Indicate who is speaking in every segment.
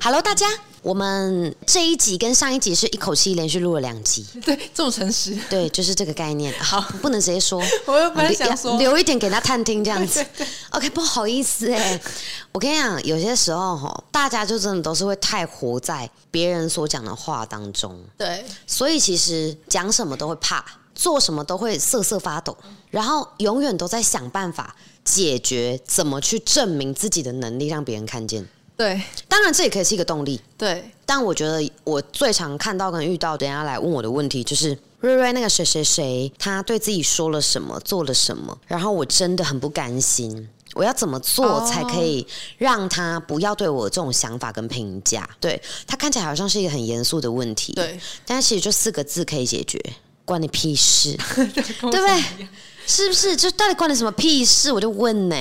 Speaker 1: Hello，大家，我们这一集跟上一集是一口气连续录了两集，
Speaker 2: 对，这么诚实，
Speaker 1: 对，就是这个概念。好，不能直接说，
Speaker 2: 我又本来想说
Speaker 1: 留留一点给他探听这样 子。OK，不好意思哎、我跟你讲，有些时候哈，大家就真的都是会太活在别人所讲的话当中，
Speaker 2: 对，
Speaker 1: 所以其实讲什么都会怕，做什么都会瑟瑟发抖，然后永远都在想办法解决怎么去证明自己的能力，让别人看见。
Speaker 2: 对，
Speaker 1: 当然，这也可以是一个动力。
Speaker 2: 对，
Speaker 1: 但我觉得我最常看到跟遇到等一下来问我的问题就是。瑞瑞那个谁谁谁，他对自己说了什么，做了什么，然后我真的很不甘心，我要怎么做
Speaker 2: 哦
Speaker 1: 才可以让他不要对我有这种想法跟评价？对他看起来好像是一个很严肃的问题，
Speaker 2: 对，
Speaker 1: 但其实就四个字可以解决，关你屁事。
Speaker 2: 对
Speaker 1: 对不对？是不是？就到底关你什么屁事？我就问呢、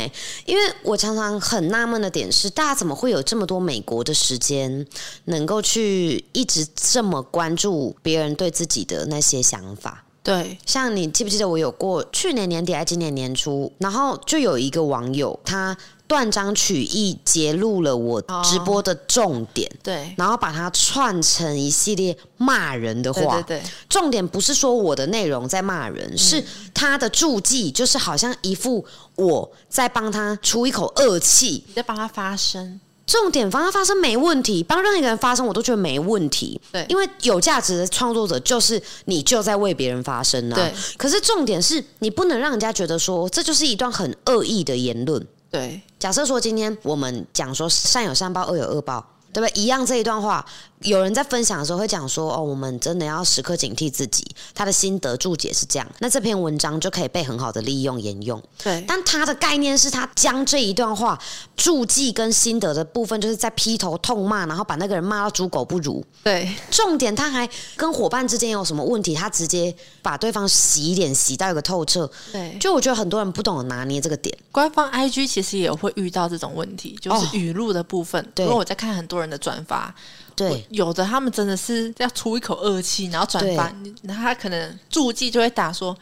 Speaker 1: 因为我常常很纳闷的点是，大家怎么会有这么多美国的时间，能够去一直这么关注别人对自己的那些想法？
Speaker 2: 对，
Speaker 1: 像你记不记得我有过去年年底还是今年年初，然后就有一个网友他断章取义揭露了我直播的重点，
Speaker 2: 对，
Speaker 1: 然后把它串成一系列骂人的话。
Speaker 2: 对，嗯对，对，
Speaker 1: 重点不是说我的内容在骂人，是他的注记，就是好像一副我在帮他出一口恶气。
Speaker 2: 你在帮他发声，
Speaker 1: 重点帮他发声没问题，帮任何一个人发声我都觉得没问题。
Speaker 2: 对
Speaker 1: 因为有价值的创作者就是你就在为别人发声啊。
Speaker 2: 对。
Speaker 1: 可是重点是你不能让人家觉得说这就是一段很恶意的言论。
Speaker 2: 对，
Speaker 1: 假设说今天我们讲说善有善报，恶有恶报，对不对？一样这一段话，有人在分享的时候会讲说，哦，我们真的要时刻警惕自己。他的心得注解是这样，那这篇文章就可以被很好的利用沿用。
Speaker 2: 对，
Speaker 1: 但他的概念是他将这一段话注记跟心得的部分，就是在劈头痛骂，然后把那个人骂到猪狗不如。
Speaker 2: 对，
Speaker 1: 重点他还跟伙伴之间有什么问题，他直接把对方洗脸洗到一个透彻。
Speaker 2: 对，
Speaker 1: 就我觉得很多人不懂得拿捏这个点。
Speaker 2: 官方 IG 其实也会遇到这种问题，就
Speaker 1: 哦
Speaker 2: 是语录的部分。
Speaker 1: 对
Speaker 2: 因为我在看很多人的转发，我
Speaker 1: 对，
Speaker 2: 有的他们真的是要出一口恶气，然后转发，然后他可能注记就会打说，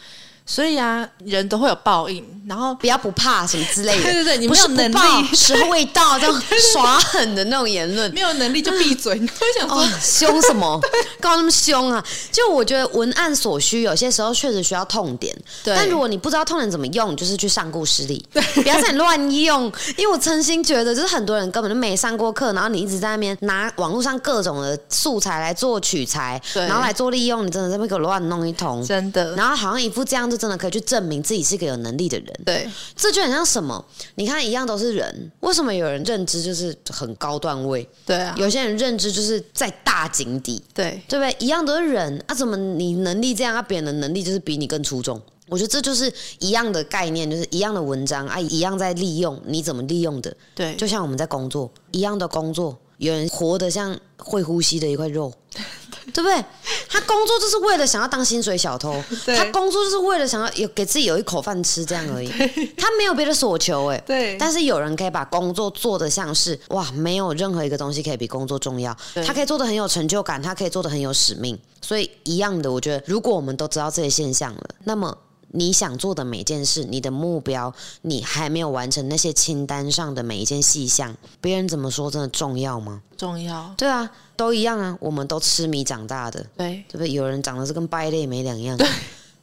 Speaker 2: 所以啊，人都会有报应，然后
Speaker 1: 不要不怕什么之类的。
Speaker 2: 对对对你
Speaker 1: 不
Speaker 2: 没有
Speaker 1: 是不
Speaker 2: 能力
Speaker 1: 报时候未 到，这样耍狠的那种言论。
Speaker 2: 没有能力就闭 嘴。你会想
Speaker 1: 哦
Speaker 2: 说，，
Speaker 1: 凶什么？干嘛那么凶啊？就我觉得文案所需，有些时候确实需要痛点。
Speaker 2: 对
Speaker 1: 但如果你不知道痛点怎么用，你就是去上故事力，不要再乱用。因为我真心觉得，就是很多人根本就没上过课，然后你一直在那边拿网络上各种的素材来做取材，
Speaker 2: 对
Speaker 1: 然后来做利用，你真的在那边给我乱弄一通。
Speaker 2: 真的，
Speaker 1: 然后好像一副这样，就真的可以去证明自己是一个有能力的人。
Speaker 2: 对，
Speaker 1: 这就很像什么？你看，一样都是人，为什么有人认知就是很高段位，
Speaker 2: 对啊，
Speaker 1: 有些人认知就是在大井底，
Speaker 2: 对，
Speaker 1: 对不对？一样都是人啊，怎么你能力这样，啊，别人的能力就是比你更出众？我觉得这就是一样的概念，就是一样的文章啊，一样在利用，你怎么利用的？
Speaker 2: 对，
Speaker 1: 就像我们在工作一样的工作，有人活得像会呼吸的一块肉， 对不对？他工作就是为了想要当薪水小 偷，
Speaker 2: 对
Speaker 1: 他工作就是为了想要有给自己有一口饭吃这样 而已，他没有别的所求哎。
Speaker 2: 对
Speaker 1: 但是有人可以把工作做得像是哇，没有任何一个东西可以比工作重要，
Speaker 2: 对
Speaker 1: 他可以做得很有成就感，他可以做得很有使命。所以一样的，我觉得如果我们都知道这些现象了，那么。你想做的每件事，你的目标，你还没有完成那些清单上的每一件细项，别人怎么说真的重要吗？
Speaker 2: 重要，
Speaker 1: 对啊，都一样啊，我们都痴迷长大的，
Speaker 2: 对，
Speaker 1: 对不对？有人长得是跟败类没两样，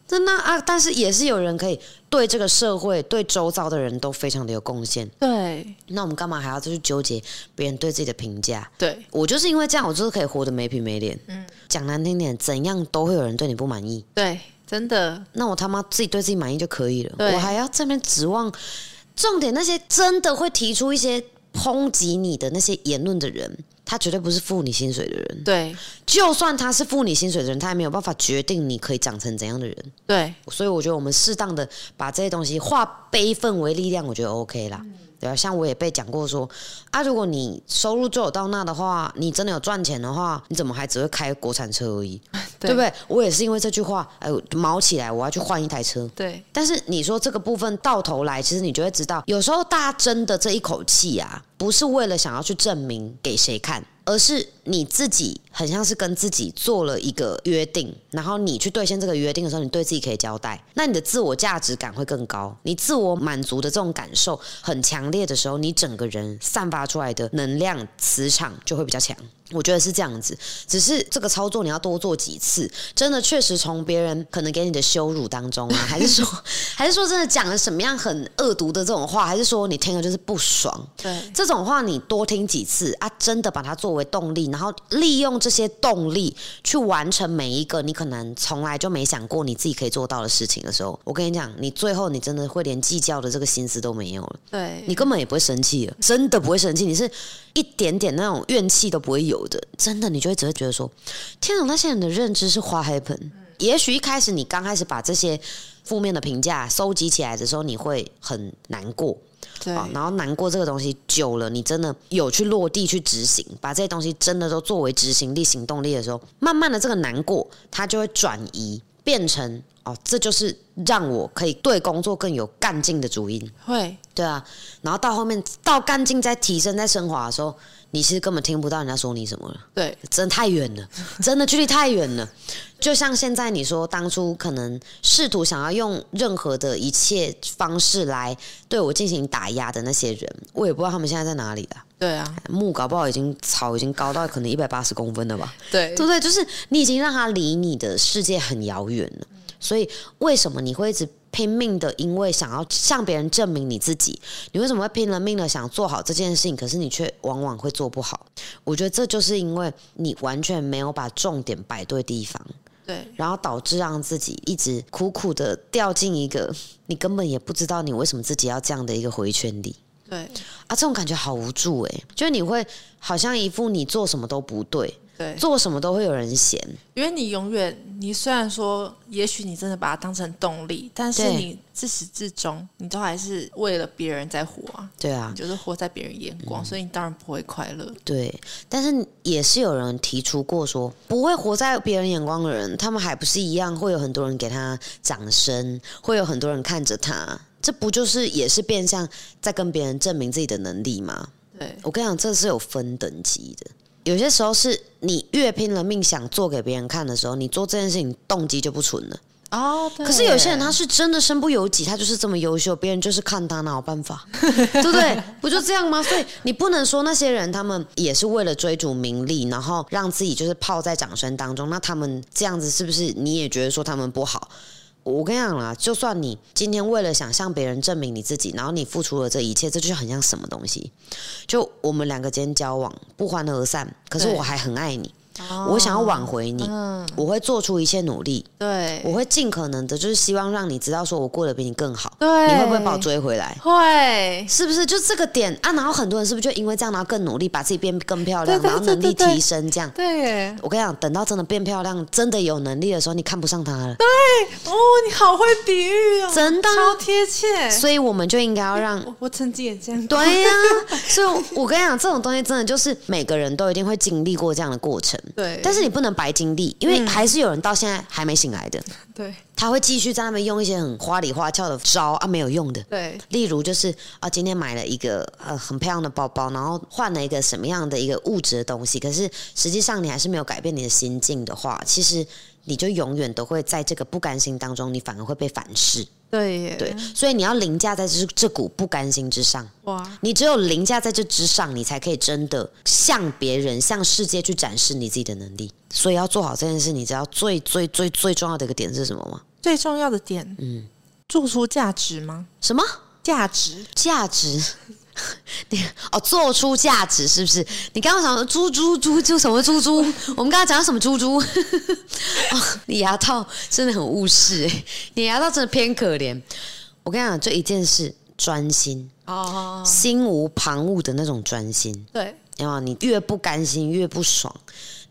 Speaker 1: 真的啊！但是也是有人可以对这个社会、对周遭的人都非常的有贡献。
Speaker 2: 对，
Speaker 1: 那我们干嘛还要再去纠结别人对自己的评价？
Speaker 2: 对，
Speaker 1: 我就是因为这样，我就是可以活得没皮没脸。嗯，讲难听点，怎样都会有人对你不满意。
Speaker 2: 对，真的，
Speaker 1: 那我他妈自己对自己满意就可以了，
Speaker 2: 对
Speaker 1: 我还要这边指望。重点那些真的会提出一些抨击你的那些言论的人，他绝对不是付你薪水的人。
Speaker 2: 对，
Speaker 1: 就算他是付你薪水的人，他也没有办法决定你可以长成怎样的人。
Speaker 2: 对，
Speaker 1: 所以我觉得我们适当的把这些东西化悲愤为力量，我觉得 OK 啦。对啊，像我也被讲过说啊，如果你收入就有到那的话，你真的有赚钱的话，你怎么还只会开国产车而已，对
Speaker 2: 对
Speaker 1: 不对？我也是因为这句话，哎，我毛起来，我要去换一台车。
Speaker 2: 对，
Speaker 1: 但是你说这个部分到头来，其实你就会知道，有时候大家争的这一口气啊，不是为了想要去证明给谁看，而是你自己很像是跟自己做了一个约定，然后你去兑现这个约定的时候，你对自己可以交代，那你的自我价值感会更高，你自我满足的这种感受很强烈的时候，你整个人散发出来的能量磁场就会比较强。我觉得是这样子，只是这个操作你要多做几次，真的确实从别人可能给你的羞辱当中啊，还是说，还是说真的讲了什么样很恶毒的这种话，还是说你听了就是不爽，
Speaker 2: 对，
Speaker 1: 这种话你多听几次啊，真的把它作为动力，然后利用这些动力去完成每一个你可能从来就没想过你自己可以做到的事情的时候，我跟你讲，你最后你真的会连计较的这个心思都没有了。
Speaker 2: 对，
Speaker 1: 你根本也不会生气了，真的不会生气，你是一点点那种怨气都不会有的，真的，你就会只会觉得说，天啊，那些人的认知是花黑盆。也许一开始你刚开始把这些负面的评价收集起来的时候，你会很难过，
Speaker 2: 对，
Speaker 1: 啊，然后难过这个东西久了，你真的有去落地去执行，把这些东西真的都作为执行力、行动力的时候，慢慢的这个难过它就会转移，变成哦，这就是让我可以对工作更有干劲的主因。
Speaker 2: 会，
Speaker 1: 对啊，然后到后面到干劲再提升再升华的时候，你其实根本听不到人家说你什么了，
Speaker 2: 对，
Speaker 1: 真的太远了，真的距离太远了。就像现在你说，当初可能试图想要用任何的一切方式来对我进行打压的那些人，我也不知道他们现在在哪里了。
Speaker 2: 对啊，
Speaker 1: 木搞不好已经草已经高到可能一百八十公分了吧。
Speaker 2: 对
Speaker 1: 对，不对？就是你已经让他离你的世界很遥远了，所以为什么你会一直拼命的，因为想要向别人证明你自己？你为什么会拼了命的想做好这件事情，可是你却往往会做不好？我觉得这就是因为你完全没有把重点摆对地方，
Speaker 2: 对，
Speaker 1: 然后导致让自己一直苦苦的掉进一个你根本也不知道你为什么自己要这样的一个回圈里。
Speaker 2: 对，
Speaker 1: 啊，这种感觉好无助诶、就是你会好像一副你做什么都不对，
Speaker 2: 对，
Speaker 1: 做什么都会有人嫌，
Speaker 2: 因为你永远，你虽然说，也许你真的把它当成动力，但是
Speaker 1: 对
Speaker 2: 你自始至终，你都还是为了别人在活啊，
Speaker 1: 对啊
Speaker 2: 你，就是活在别人眼光，所以你当然不会快乐。
Speaker 1: 对，但是也是有人提出过说，不会活在别人眼光的人，他们还不是一样会有很多人给他掌声，会有很多人看着他，这不就是也是变相在跟别人证明自己的能力吗？
Speaker 2: 对，
Speaker 1: 我跟你讲，这是有分等级的。有些时候是你越拼了命想做给别人看的时候，你做这件事情动机就不纯了。
Speaker 2: 哦，对
Speaker 1: 可是有些人他是真的身不由己，他就是这么优秀，别人就是看他哪有办 法，对不对？不就这样吗？所以你不能说那些人他们也是为了追逐名利，然后让自己就是泡在掌声当中，那他们这样子是不是你也觉得说他们不好？我跟你讲啦，就算你今天为了想向别人证明你自己，然后你付出了这一切，这就是很像什么东西？就我们两个今天交往不欢而散，可是
Speaker 2: 对嗯
Speaker 1: 我还很爱你，
Speaker 2: 哦
Speaker 1: 我想要挽回你，我会做出一切努力，
Speaker 2: 对，
Speaker 1: 我会尽可能的，就是希望让你知道，说我过得比你更好。
Speaker 2: 对
Speaker 1: 你会不会把我追回来？
Speaker 2: 会，
Speaker 1: 是不是就这个点啊？然后很多人是不是就因为这样，然后更努力，把自己变更漂亮，
Speaker 2: 对对
Speaker 1: 然后能力
Speaker 2: 对对对
Speaker 1: 提升？这样，
Speaker 2: 对耶，
Speaker 1: 我跟你讲，等到真的变漂亮，真的有能力的时候，你看不上他了，
Speaker 2: 哦，你好会比喻哦，
Speaker 1: 真的啊。
Speaker 2: 超贴切。
Speaker 1: 所以我们就应该要 让
Speaker 2: 我我曾经也这样过，
Speaker 1: 对呀、所以我跟你讲，这种东西真的就是每个人都一定会经历过这样的过程，
Speaker 2: 对，嗯
Speaker 1: 但是你不能白经历，因为还是有人到现在还没醒来的，
Speaker 2: 对
Speaker 1: 他会继续在那边用一些很花里花俏的招啊，没有用的。
Speaker 2: 对
Speaker 1: 例如就是啊，今天买了一个呃很漂亮的包包，然后换了一个什么样的一个物质的东西，可是实际上你还是没有改变你的心境的话，其实你就永远都会在这个不甘心当中，你反而会被反噬。
Speaker 2: 对耶，
Speaker 1: 对，所以你要凌驾在这这股不甘心之上，
Speaker 2: 哇，
Speaker 1: 你只有凌驾在这之上，你才可以真的向别人、向世界去展示你自己的能力。所以要做好这件事，你知道最最最最重要的一个点是什么吗？
Speaker 2: 最重要的点，嗯，做出价值吗？
Speaker 1: 什么？
Speaker 2: 价值，
Speaker 1: 价值。 你哦，做出价值是不是？你刚刚想说猪猪猪猪什么猪猪？我们刚刚讲到什么猪猪？ 哦，你牙套真的很务实欸，你牙套真的偏可怜。我跟你讲，就一件事，专心，
Speaker 2: 哦，
Speaker 1: 心无旁骛的那种专心。
Speaker 2: 对
Speaker 1: 然后你越不甘心，越不爽，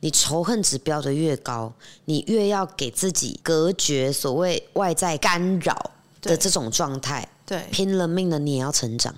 Speaker 1: 你仇恨值标的越高，你越要给自己隔绝所谓外在干扰的
Speaker 2: 对
Speaker 1: 这种状态。
Speaker 2: 对
Speaker 1: 拼了命的你也要成长。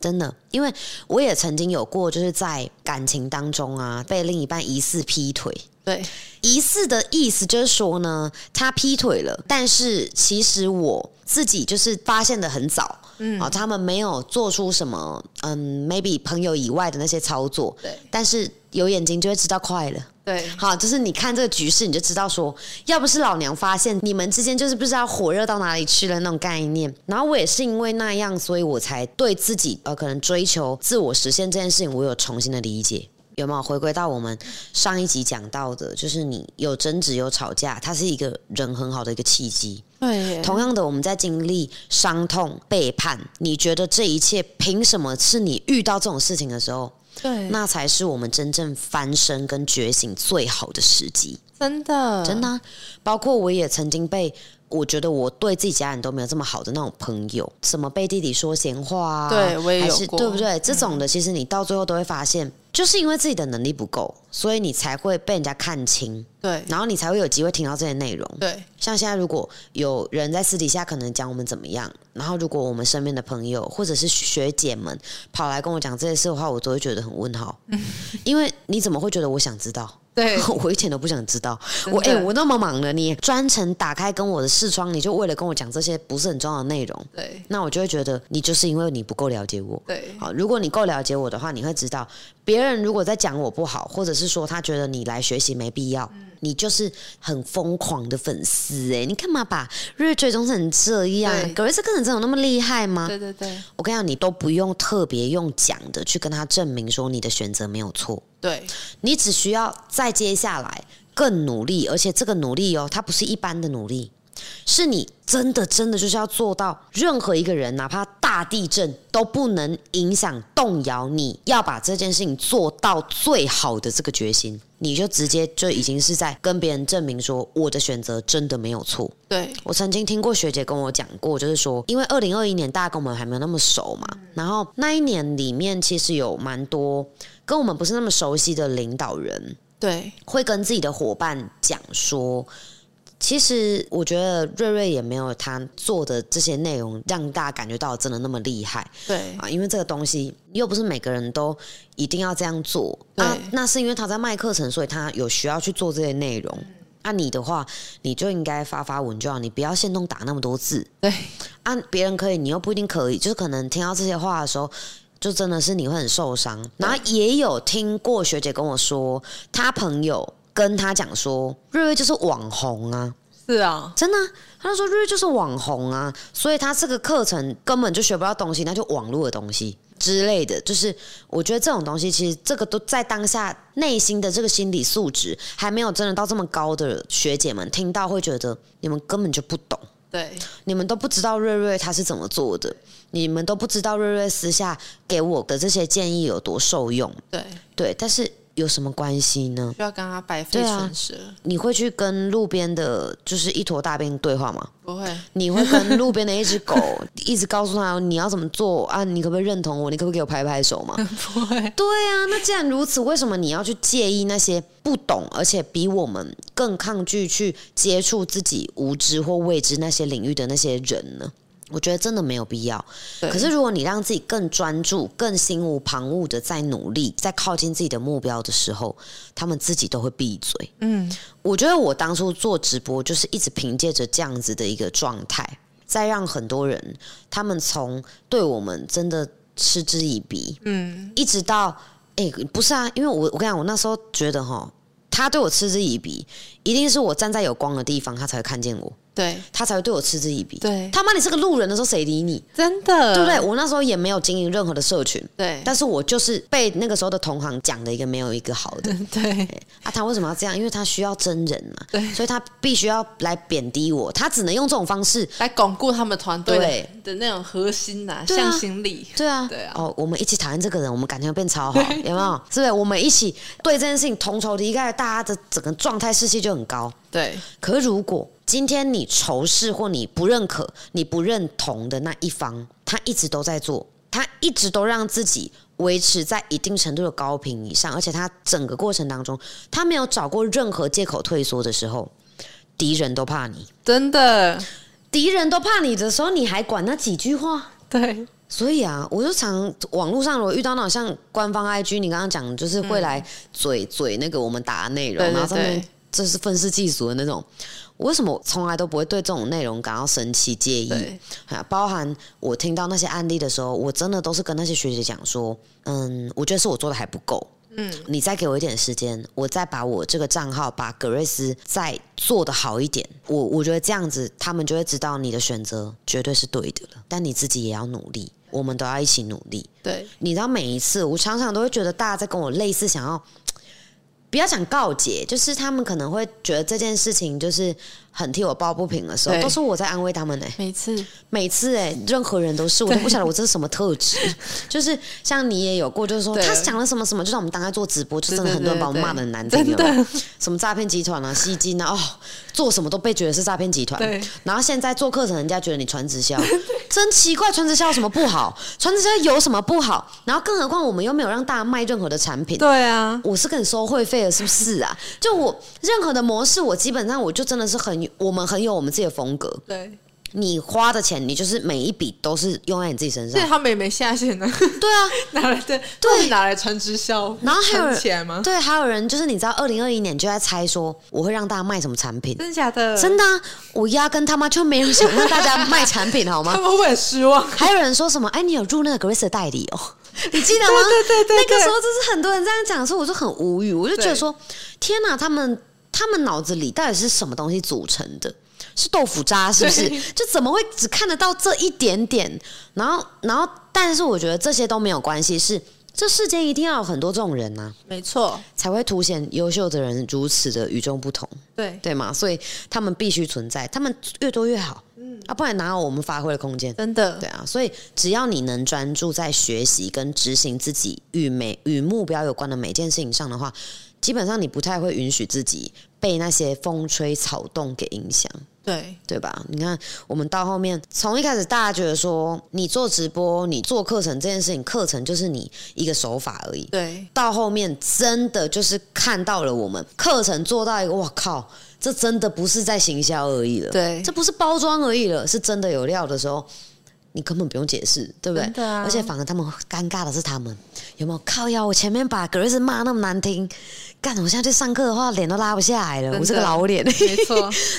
Speaker 1: 真的，因为我也曾经有过，就是在感情当中啊，被另一半疑似劈腿。
Speaker 2: 对
Speaker 1: 疑似的意思就是说呢，他劈腿了，但是其实我自己就是发现的很早，嗯，哦，他们没有做出什么，嗯，maybe 朋友以外的那些操作，
Speaker 2: 对
Speaker 1: 但是有眼睛就会知道快了，
Speaker 2: 对对，
Speaker 1: 好，就是你看这个局势，你就知道说，要不是老娘发现你们之间就是不知道火热到哪里去了那种概念。然后我也是因为那样，所以我才对自己呃，可能追求自我实现这件事情，我有重新的理解。有没有回归到我们上一集讲到的，就是你有争执有吵架，它是一个人很好的一个契机。
Speaker 2: 对耶，
Speaker 1: 同样的，我们在经历伤痛、背叛，你觉得这一切凭什么是你遇到这种事情的时候，
Speaker 2: 对，
Speaker 1: 那才是我们真正翻身跟觉醒最好的时机。
Speaker 2: 真的，
Speaker 1: 真的啊、包括我也曾经被。我觉得我对自己家人都没有这么好的那种朋友，什么被弟弟说闲话啊，
Speaker 2: 对我也有
Speaker 1: 还是
Speaker 2: 过嗯
Speaker 1: 对不对？这种的，其实你到最后都会发现，就是因为自己的能力不够，所以你才会被人家看清，
Speaker 2: 对
Speaker 1: 然后你才会有机会听到这些内容。
Speaker 2: 对
Speaker 1: 像现在，如果有人在私底下可能讲我们怎么样，然后如果我们身边的朋友或者是学姐们跑来跟我讲这些事的话，我都会觉得很问 号，因为你怎么会觉得我想知道？
Speaker 2: 对
Speaker 1: 我一点都不想知道。
Speaker 2: 真的
Speaker 1: 我哎、我那么忙了，你专程打开跟我的视窗，你就为了跟我讲这些不是很重要的内容，
Speaker 2: 对
Speaker 1: 那我就会觉得你就是因为你不够了解我。
Speaker 2: 对
Speaker 1: 好，如果你够了解我的话，你会知道，别人如果在讲我不好，或者是说他觉得你来学习没必要，
Speaker 2: 嗯
Speaker 1: 你就是很疯狂的粉丝哎、你干嘛把日追踪成这样？
Speaker 2: 对
Speaker 1: 格瑞斯跟人真有那么厉害吗？
Speaker 2: 对对对
Speaker 1: 我跟你讲，你都不用特别用讲的去跟他证明说你的选择没有错，
Speaker 2: 对
Speaker 1: 你只需要再接下来更努力，而且这个努力哦，它不是一般的努力，是你真的真的就是要做到，任何一个人哪怕大地震都不能影响动摇哦你要把这件事情做到最好的这个决心，你就直接就已经是在跟别人证明说我的选择真的没有错。
Speaker 2: 对
Speaker 1: 我曾经听过学姐跟我讲过，就是说，因为二零二一年大家跟我们还没有那么熟嘛，然后那一年里面其实有蛮多跟我们不是那么熟悉的领导人，
Speaker 2: 对
Speaker 1: 会跟自己的伙伴讲说。其实我觉得瑞瑞也没有他做的这些内容让大家感觉到真的那么厉害
Speaker 2: 对
Speaker 1: 啊，因为这个东西又不是每个人都一定要这样做。
Speaker 2: 对
Speaker 1: 啊，那是因为他在卖课程，所以他有需要去做这些内容。
Speaker 2: 嗯
Speaker 1: 那、你的话，你就应该发发文就好，你不要限动打那么多字。
Speaker 2: 对
Speaker 1: 啊，别人可以，你又不一定可以。就是可能听到这些话的时候，就真的是你会很受伤。然后也有听过学姐跟我说，她朋友跟她讲说，瑞瑞就是网红啊，
Speaker 2: 是啊，
Speaker 1: 真的啊、她就说瑞瑞就是网红啊，所以她这个课程根本就学不到东西，那就网络的东西。之类的，就是我觉得这种东西，其实这个都在当下内心的这个心理素质还没有真的到这么高的学姐们听到会觉得嗯你们根本就不懂。
Speaker 2: 对
Speaker 1: 你们都不知道瑞瑞他是怎么做的，你们都不知道瑞瑞私下给我的这些建议有多受用，
Speaker 2: 对，
Speaker 1: 对，但是有什么关系呢？
Speaker 2: 不要跟他白费
Speaker 1: 对啊
Speaker 2: 唇舌，
Speaker 1: 你会去跟路边的就是一坨大便对话吗？
Speaker 2: 不会，
Speaker 1: 你会跟路边的一只 狗一直告诉他你要怎么做啊？你可不可以认同我？你可不可以给我拍拍手吗？
Speaker 2: 不会，
Speaker 1: 对啊，那既然如此，为什么你要去介意那些不懂，而且比我们更抗拒去接触自己无知或未知那些领域的那些人呢？我觉得真的没有必要。
Speaker 2: 对
Speaker 1: 可是如果你让自己更专注、更心无旁骛的在努力，在靠近自己的目标的时候，他们自己都会闭嘴。
Speaker 2: 嗯，
Speaker 1: 我觉得我当初做直播，就是一直凭借着这样子的一个状态，再让很多人他们从对我们真的嗤之以鼻，
Speaker 2: 嗯，
Speaker 1: 一直到哎、不是啊，因为我我跟你讲，我那时候觉得哈，他对我嗤之以鼻，一定是我站在有光的地方，他才会看见我，
Speaker 2: 对
Speaker 1: 他才会对我嗤之以鼻。
Speaker 2: 对，
Speaker 1: 他妈，你是个路人的时候，谁理你？
Speaker 2: 真的，
Speaker 1: 对不对？？我那时候也没有经营任何的社群，
Speaker 2: 对
Speaker 1: 但是我就是被那个时候的同行讲的一个没有一个好的
Speaker 2: 对
Speaker 1: 啊。他为什么要这样？因为他需要真人嘛，
Speaker 2: 对
Speaker 1: 所以他必须要来贬低我，他只能用这种方式。
Speaker 2: 来巩固他们团队
Speaker 1: 对
Speaker 2: 的的那种核心呐、
Speaker 1: 对啊
Speaker 2: 向心力，
Speaker 1: 对啊，
Speaker 2: 对啊
Speaker 1: 哦，我们一起讨厌这个人，我们感情会变超好，有没有？ 是不是？我们一起对这件事情同仇敌忾，大家的整个状态士气就很高。
Speaker 2: 对
Speaker 1: 可是如果今天你仇视或你不认可、你不认同的那一方，他一直都在做，他一直都让自己维持在一定程度的高频以上，而且他整个过程当中，他没有找过任何借口退缩的时候，敌人都怕你，
Speaker 2: 真的，
Speaker 1: 敌人都怕你的时候，你还管那几句话？
Speaker 2: 对
Speaker 1: 所以啊，我就常网络上如果遇到那种像官方 IG，你刚刚讲就是会来嘴、嘴那个我们打的内容，啊
Speaker 2: 嗯对对
Speaker 1: 然后上面
Speaker 2: 对
Speaker 1: 就是愤世嫉俗的那种。我为什么从来都不会对这种内容感到生气介意？
Speaker 2: 对
Speaker 1: 啊，包含我听到那些案例的时候，我真的都是跟那些学姐讲说，嗯，我觉得是我做的还不够，嗯，你再给我一点时间，我再把我这个账号把格瑞斯再做的好一点。我我觉得这样子，他们就会知道你的选择绝对是对的了。但你自己也要努力，我们都要一起努力。
Speaker 2: 对，
Speaker 1: 你知道每一次，我常常都会觉得大家在跟我类似，想要不要讲告解，就是他们可能会觉得这件事情就是很替我抱不平的时候，
Speaker 2: 对
Speaker 1: 都是我在安慰他们呢、
Speaker 2: 每次
Speaker 1: 每次哎、任何人都是，我都不晓得我这是什么特 质。就是像你也有过，就是说
Speaker 2: 对
Speaker 1: 他讲了什么什么，就像我们当在做直播，就真的
Speaker 2: 对对
Speaker 1: 很多人把我
Speaker 2: 对对
Speaker 1: 骂的很难听，
Speaker 2: 真
Speaker 1: 有没有
Speaker 2: 的
Speaker 1: 什么诈骗集 团啊、吸金啊，哦，做什么都被觉得是诈骗集团。
Speaker 2: 对
Speaker 1: 然后现在做课程，人家觉得你传直销，真奇怪，传直销有什么不好？传直销有什么不好？然后更何况我们又没有让大家卖任何的产品，
Speaker 2: 对啊，
Speaker 1: 我是跟你收会费的，是不是啊？就我任何的模式，我基本上我就真的是很，我们很有我们自己的风格。
Speaker 2: 对，
Speaker 1: 你花的钱，你就是每一笔都是用在你自己身
Speaker 2: 所以
Speaker 1: 上。
Speaker 2: 他们也没下线 呢，
Speaker 1: 啊对啊，
Speaker 2: 拿来对，到底拿来传直销，
Speaker 1: 然后还有
Speaker 2: 传
Speaker 1: 人
Speaker 2: 起来吗？
Speaker 1: 对，还有人就是你知道，二零二一年就在猜说我会让大家卖什么产品。
Speaker 2: 真的假的？
Speaker 1: 真的啊、我压根他妈就没有想让大家卖产品，好
Speaker 2: 他
Speaker 1: 吗？
Speaker 2: 们会不会很失望？
Speaker 1: 还有人说什么？哎，你有入那个 Grace 的代 理哦，你记得吗？
Speaker 2: 对对对对
Speaker 1: 那个时候就是很多人这样讲，说我就很无语，我就觉得说，天哪，他们他们脑子里到底是什么东西组成的？是豆腐渣是不是
Speaker 2: 对？
Speaker 1: 就怎么会只看得到这一点点？然后，然后，但是我觉得这些都没有关系，是这世间一定要有很多这种人呐、
Speaker 2: 没错，
Speaker 1: 才会凸显优秀的人如此的与众不同，
Speaker 2: 对，
Speaker 1: 对吗？所以他们必须存在，他们越多越好，
Speaker 2: 嗯
Speaker 1: 啊，不然哪有我们发挥的空间？
Speaker 2: 真的，
Speaker 1: 对啊，所以只要你能专注在学习跟执行自己与每与目标有关的每件事情上的话，基本上你不太会允许自己被那些风吹草动给影响。
Speaker 2: 对，
Speaker 1: 对吧？你看，我们到后面，从一开始大家觉得说，你做直播、你做课程这件事情，课程就是你一个手法而已。
Speaker 2: 对，
Speaker 1: 到后面真的就是看到了我们课程做到一个，哇靠，这真的不是在行销而已了，
Speaker 2: 对
Speaker 1: 这不是包装而已了，是真的有料的时候，你根本不用解释，对不对
Speaker 2: 真？的啊
Speaker 1: 而且反而他们尴尬的是他们有没有靠腰？我前面把格瑞斯骂那么难听，干，我现在去上课的话脸都拉不下来了，
Speaker 2: 的
Speaker 1: 我是个老脸。
Speaker 2: 没错，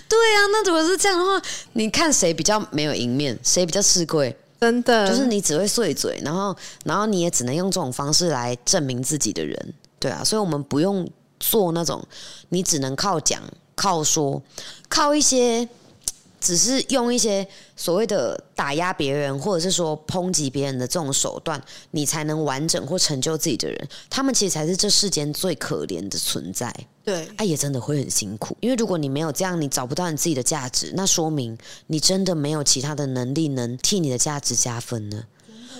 Speaker 1: 对啊，那如果是这样的话，你看谁比较没有赢面，谁比较吃亏，
Speaker 2: 真的，
Speaker 1: 就是你只会碎嘴，然后然后你也只能用这种方式来证明自己的人，对啊，所以我们不用做那种你只能靠讲、靠说、靠一些。只是用一些所谓的打压别人，或者是说抨击别人的这种手段，你才能完整或成就自己的人。他们其实才是这世间最可怜的存在。
Speaker 2: 对，
Speaker 1: 哎，也真的会很辛苦，因为如果你没有这样，你找不到你自己的价值，那说明你真的没有其他的能力能替你的价值加分呢。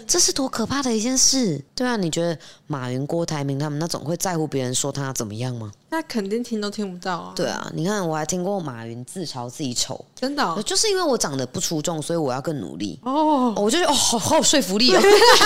Speaker 1: 这是多可怕的一件事，对啊，你觉得马云、郭台铭他们那种会在乎别人说他怎么样吗？
Speaker 2: 那肯定听都听不到啊，
Speaker 1: 对啊，你看我还听过马云自嘲自己丑，呃
Speaker 2: 真的哦
Speaker 1: 就是因为我长得不出众，所以我要更努力。
Speaker 2: 哦，
Speaker 1: 我就觉得哦，好好有说服力哦。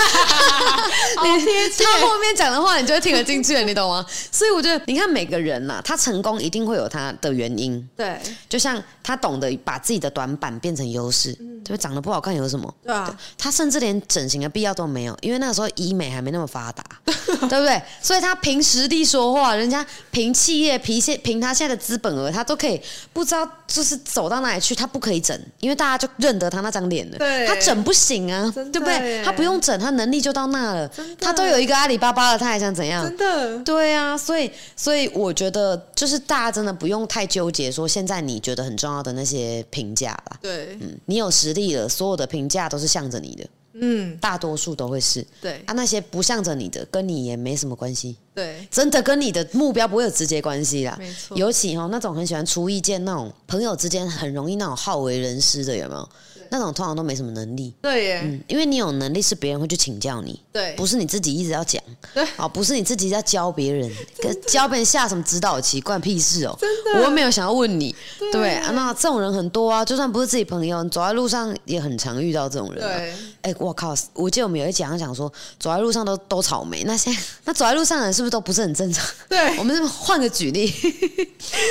Speaker 2: 好哦贴 切，
Speaker 1: 他后面讲的话，你就会听得进去了，你懂吗？所以我觉得，你看每个人呐、啊他成功一定会有他的原因。
Speaker 2: 对，
Speaker 1: 就像他懂得把自己的短板变成优势，
Speaker 2: 嗯
Speaker 1: 就是长得不好看有什么？
Speaker 2: 对啊，
Speaker 1: 他甚至连整形的必要都没有，因为那个时候医美还没那么发 达，对不对？所以他凭实力说话，人家凭企业、凭现、凭他现在的资本额，他都可以不知道就是走到哪里去，他不可以整，因为大家就认得他那张脸了。
Speaker 2: 对
Speaker 1: 他整不行啊，
Speaker 2: 真的
Speaker 1: 对不对？
Speaker 2: 耶
Speaker 1: 他不用整，他能力就到那了
Speaker 2: 真的，
Speaker 1: 他都有一个阿里巴巴了，他还想怎样？
Speaker 2: 真的，
Speaker 1: 对啊，所以所以我觉得就是大家真的不用太纠结说现在你觉得很重要的那些评价啦。
Speaker 2: 对，
Speaker 1: 嗯，你有实力了，所有的评价都是向着你的，
Speaker 2: 嗯，
Speaker 1: 大多数都会是
Speaker 2: 对，
Speaker 1: 啊。那些不向着你的，跟你也没什么关系，
Speaker 2: 对，
Speaker 1: 真的跟你的目标不会有直接关系啦。
Speaker 2: 没错，
Speaker 1: 尤其哦，那种很喜欢出意见那种朋友之间很容易那种好为人师的，有没有？那种通常都没什么能力，
Speaker 2: 对耶，
Speaker 1: 嗯，因为你有能力是别人会去请教你，
Speaker 2: 对
Speaker 1: 不，是你自己一直要讲
Speaker 2: 对，
Speaker 1: 哦，不是你自己在教别 人，跟教别人下什么指导棋，关你屁事哦！我又没有想要问你，对不对啊那这种人很多啊，就算不是自己朋友，你走在路上也很常遇到这种人、啊。
Speaker 2: 对，
Speaker 1: 哎、我靠！我记得我们有一讲讲说，走在路上都都草莓，那现在那走在路上的人是不是都不是很正常？
Speaker 2: 对，
Speaker 1: 我们是不是换个举例，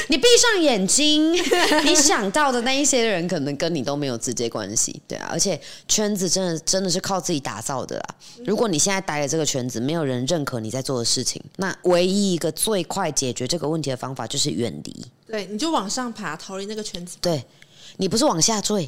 Speaker 1: 你闭上眼睛，你想到的那一些人，可能跟你都没有直接关系，对啊。而且圈子真的真的是靠自己打造的啦。如果你现在待的这个圈子，没有人认可你在做的事情，那唯一一个最快解决这个问题的方法就是远离。
Speaker 2: 对，你就往上爬，逃离那个圈子，
Speaker 1: 对，你不是往下坠，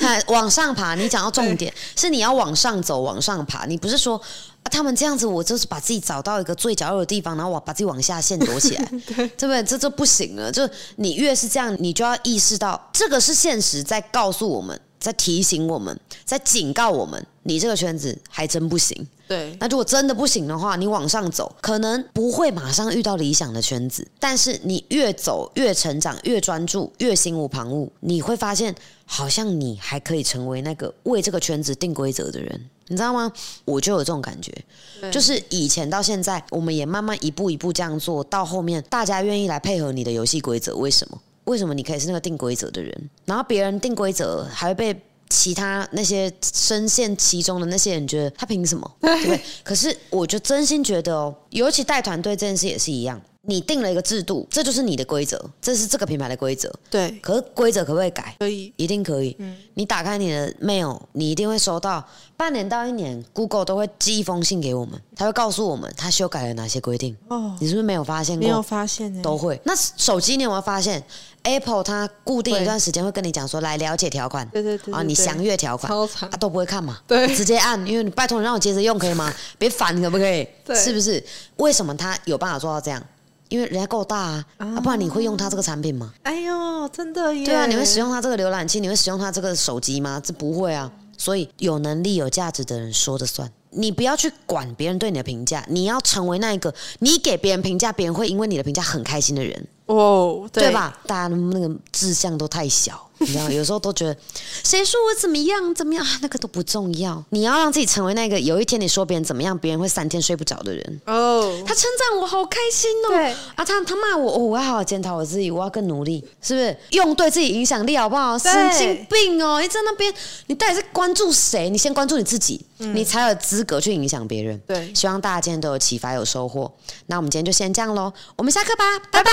Speaker 1: 哎往上爬。你讲到重点，是你要往上走，往上爬。你不是说、啊、他们这样子，我就是把自己找到一个最角落的地方，然后我把自己往下陷躲起来， 对不对？这就不行了。就你越是这样，你就要意识到这个是现实在告诉我们，在提醒我们，在警告我们，你这个圈子还真不行。
Speaker 2: 对，
Speaker 1: 那如果真的不行的话，你往上走，可能不会马上遇到理想的圈子，但是你越走越成长，越专注，越心无旁骛，你会发现，好像你还可以成为那个为这个圈子定规则的人，你知道吗？我就有这种感觉，
Speaker 2: 对
Speaker 1: 就是以前到现在，我们也慢慢一步一步这样做到后面，大家愿意来配合你的游戏规则，为什么？为什么你可以是那个定规则的人？然后别人定规则还会被其他那些深陷其中的那些人觉得他凭什么？对不对？可是我就真心觉得哦，尤其带团队这件事也是一样，你定了一个制度，这就是你的规则，这是这个品牌的规则。
Speaker 2: 对，
Speaker 1: 可是规则可不可以改？
Speaker 2: 所以
Speaker 1: 一定可以。
Speaker 2: 嗯
Speaker 1: 你打开你的 mail，你一定会收到半年到一年，Google 都会寄一封信给我们，他会告诉我们他修改了哪些规定。
Speaker 2: 哦，
Speaker 1: 你是不是没有发现
Speaker 2: 没
Speaker 1: 过
Speaker 2: 有？发现呢、
Speaker 1: 都会。那手机你有没有发现，Apple 它固定一段时间会跟你讲说，来了解条款
Speaker 2: 对对对
Speaker 1: 啊，你详阅条款，
Speaker 2: 超长
Speaker 1: 啊都不会看嘛，
Speaker 2: 对
Speaker 1: 直接按，因为你拜托你让我接着用可以 吗？别烦可不可以？
Speaker 2: 对
Speaker 1: 是不是？为什么他有办法做到这样？因为人家够大啊，啊不然你会用它这个产品吗？
Speaker 2: 哎呦，真的耶！
Speaker 1: 对啊，你会使用它这个浏览器，你会使用它这个手机吗？这不会啊。所以有能力、有价值的人说的算。你不要去管别人对你的评价，你要成为那一个你给别人评价，别人会因为你的评价很开心的人。
Speaker 2: 哦，
Speaker 1: 对？吧？大家那个志向都太小， 你知道，有时候都觉得谁说我怎么样怎么样、啊，那个都不重要。你要让自己成为那个有一天你说别人怎么样，别人会三天睡不着的人。
Speaker 2: 哦，
Speaker 1: 他称赞我好开心哦，
Speaker 2: 对
Speaker 1: 啊，他他骂我、哦，我要好好检讨我自己，我要更努力，是不是？用对自己影响力好不好？
Speaker 2: 对
Speaker 1: 神经病哦！你在那边，你到底是关注谁？你先关注你自己，你才有资格去影响别人。
Speaker 2: 嗯对
Speaker 1: 希望大家今天都有启发，有收获。那我们今天就先这样喽，我们下课吧，拜拜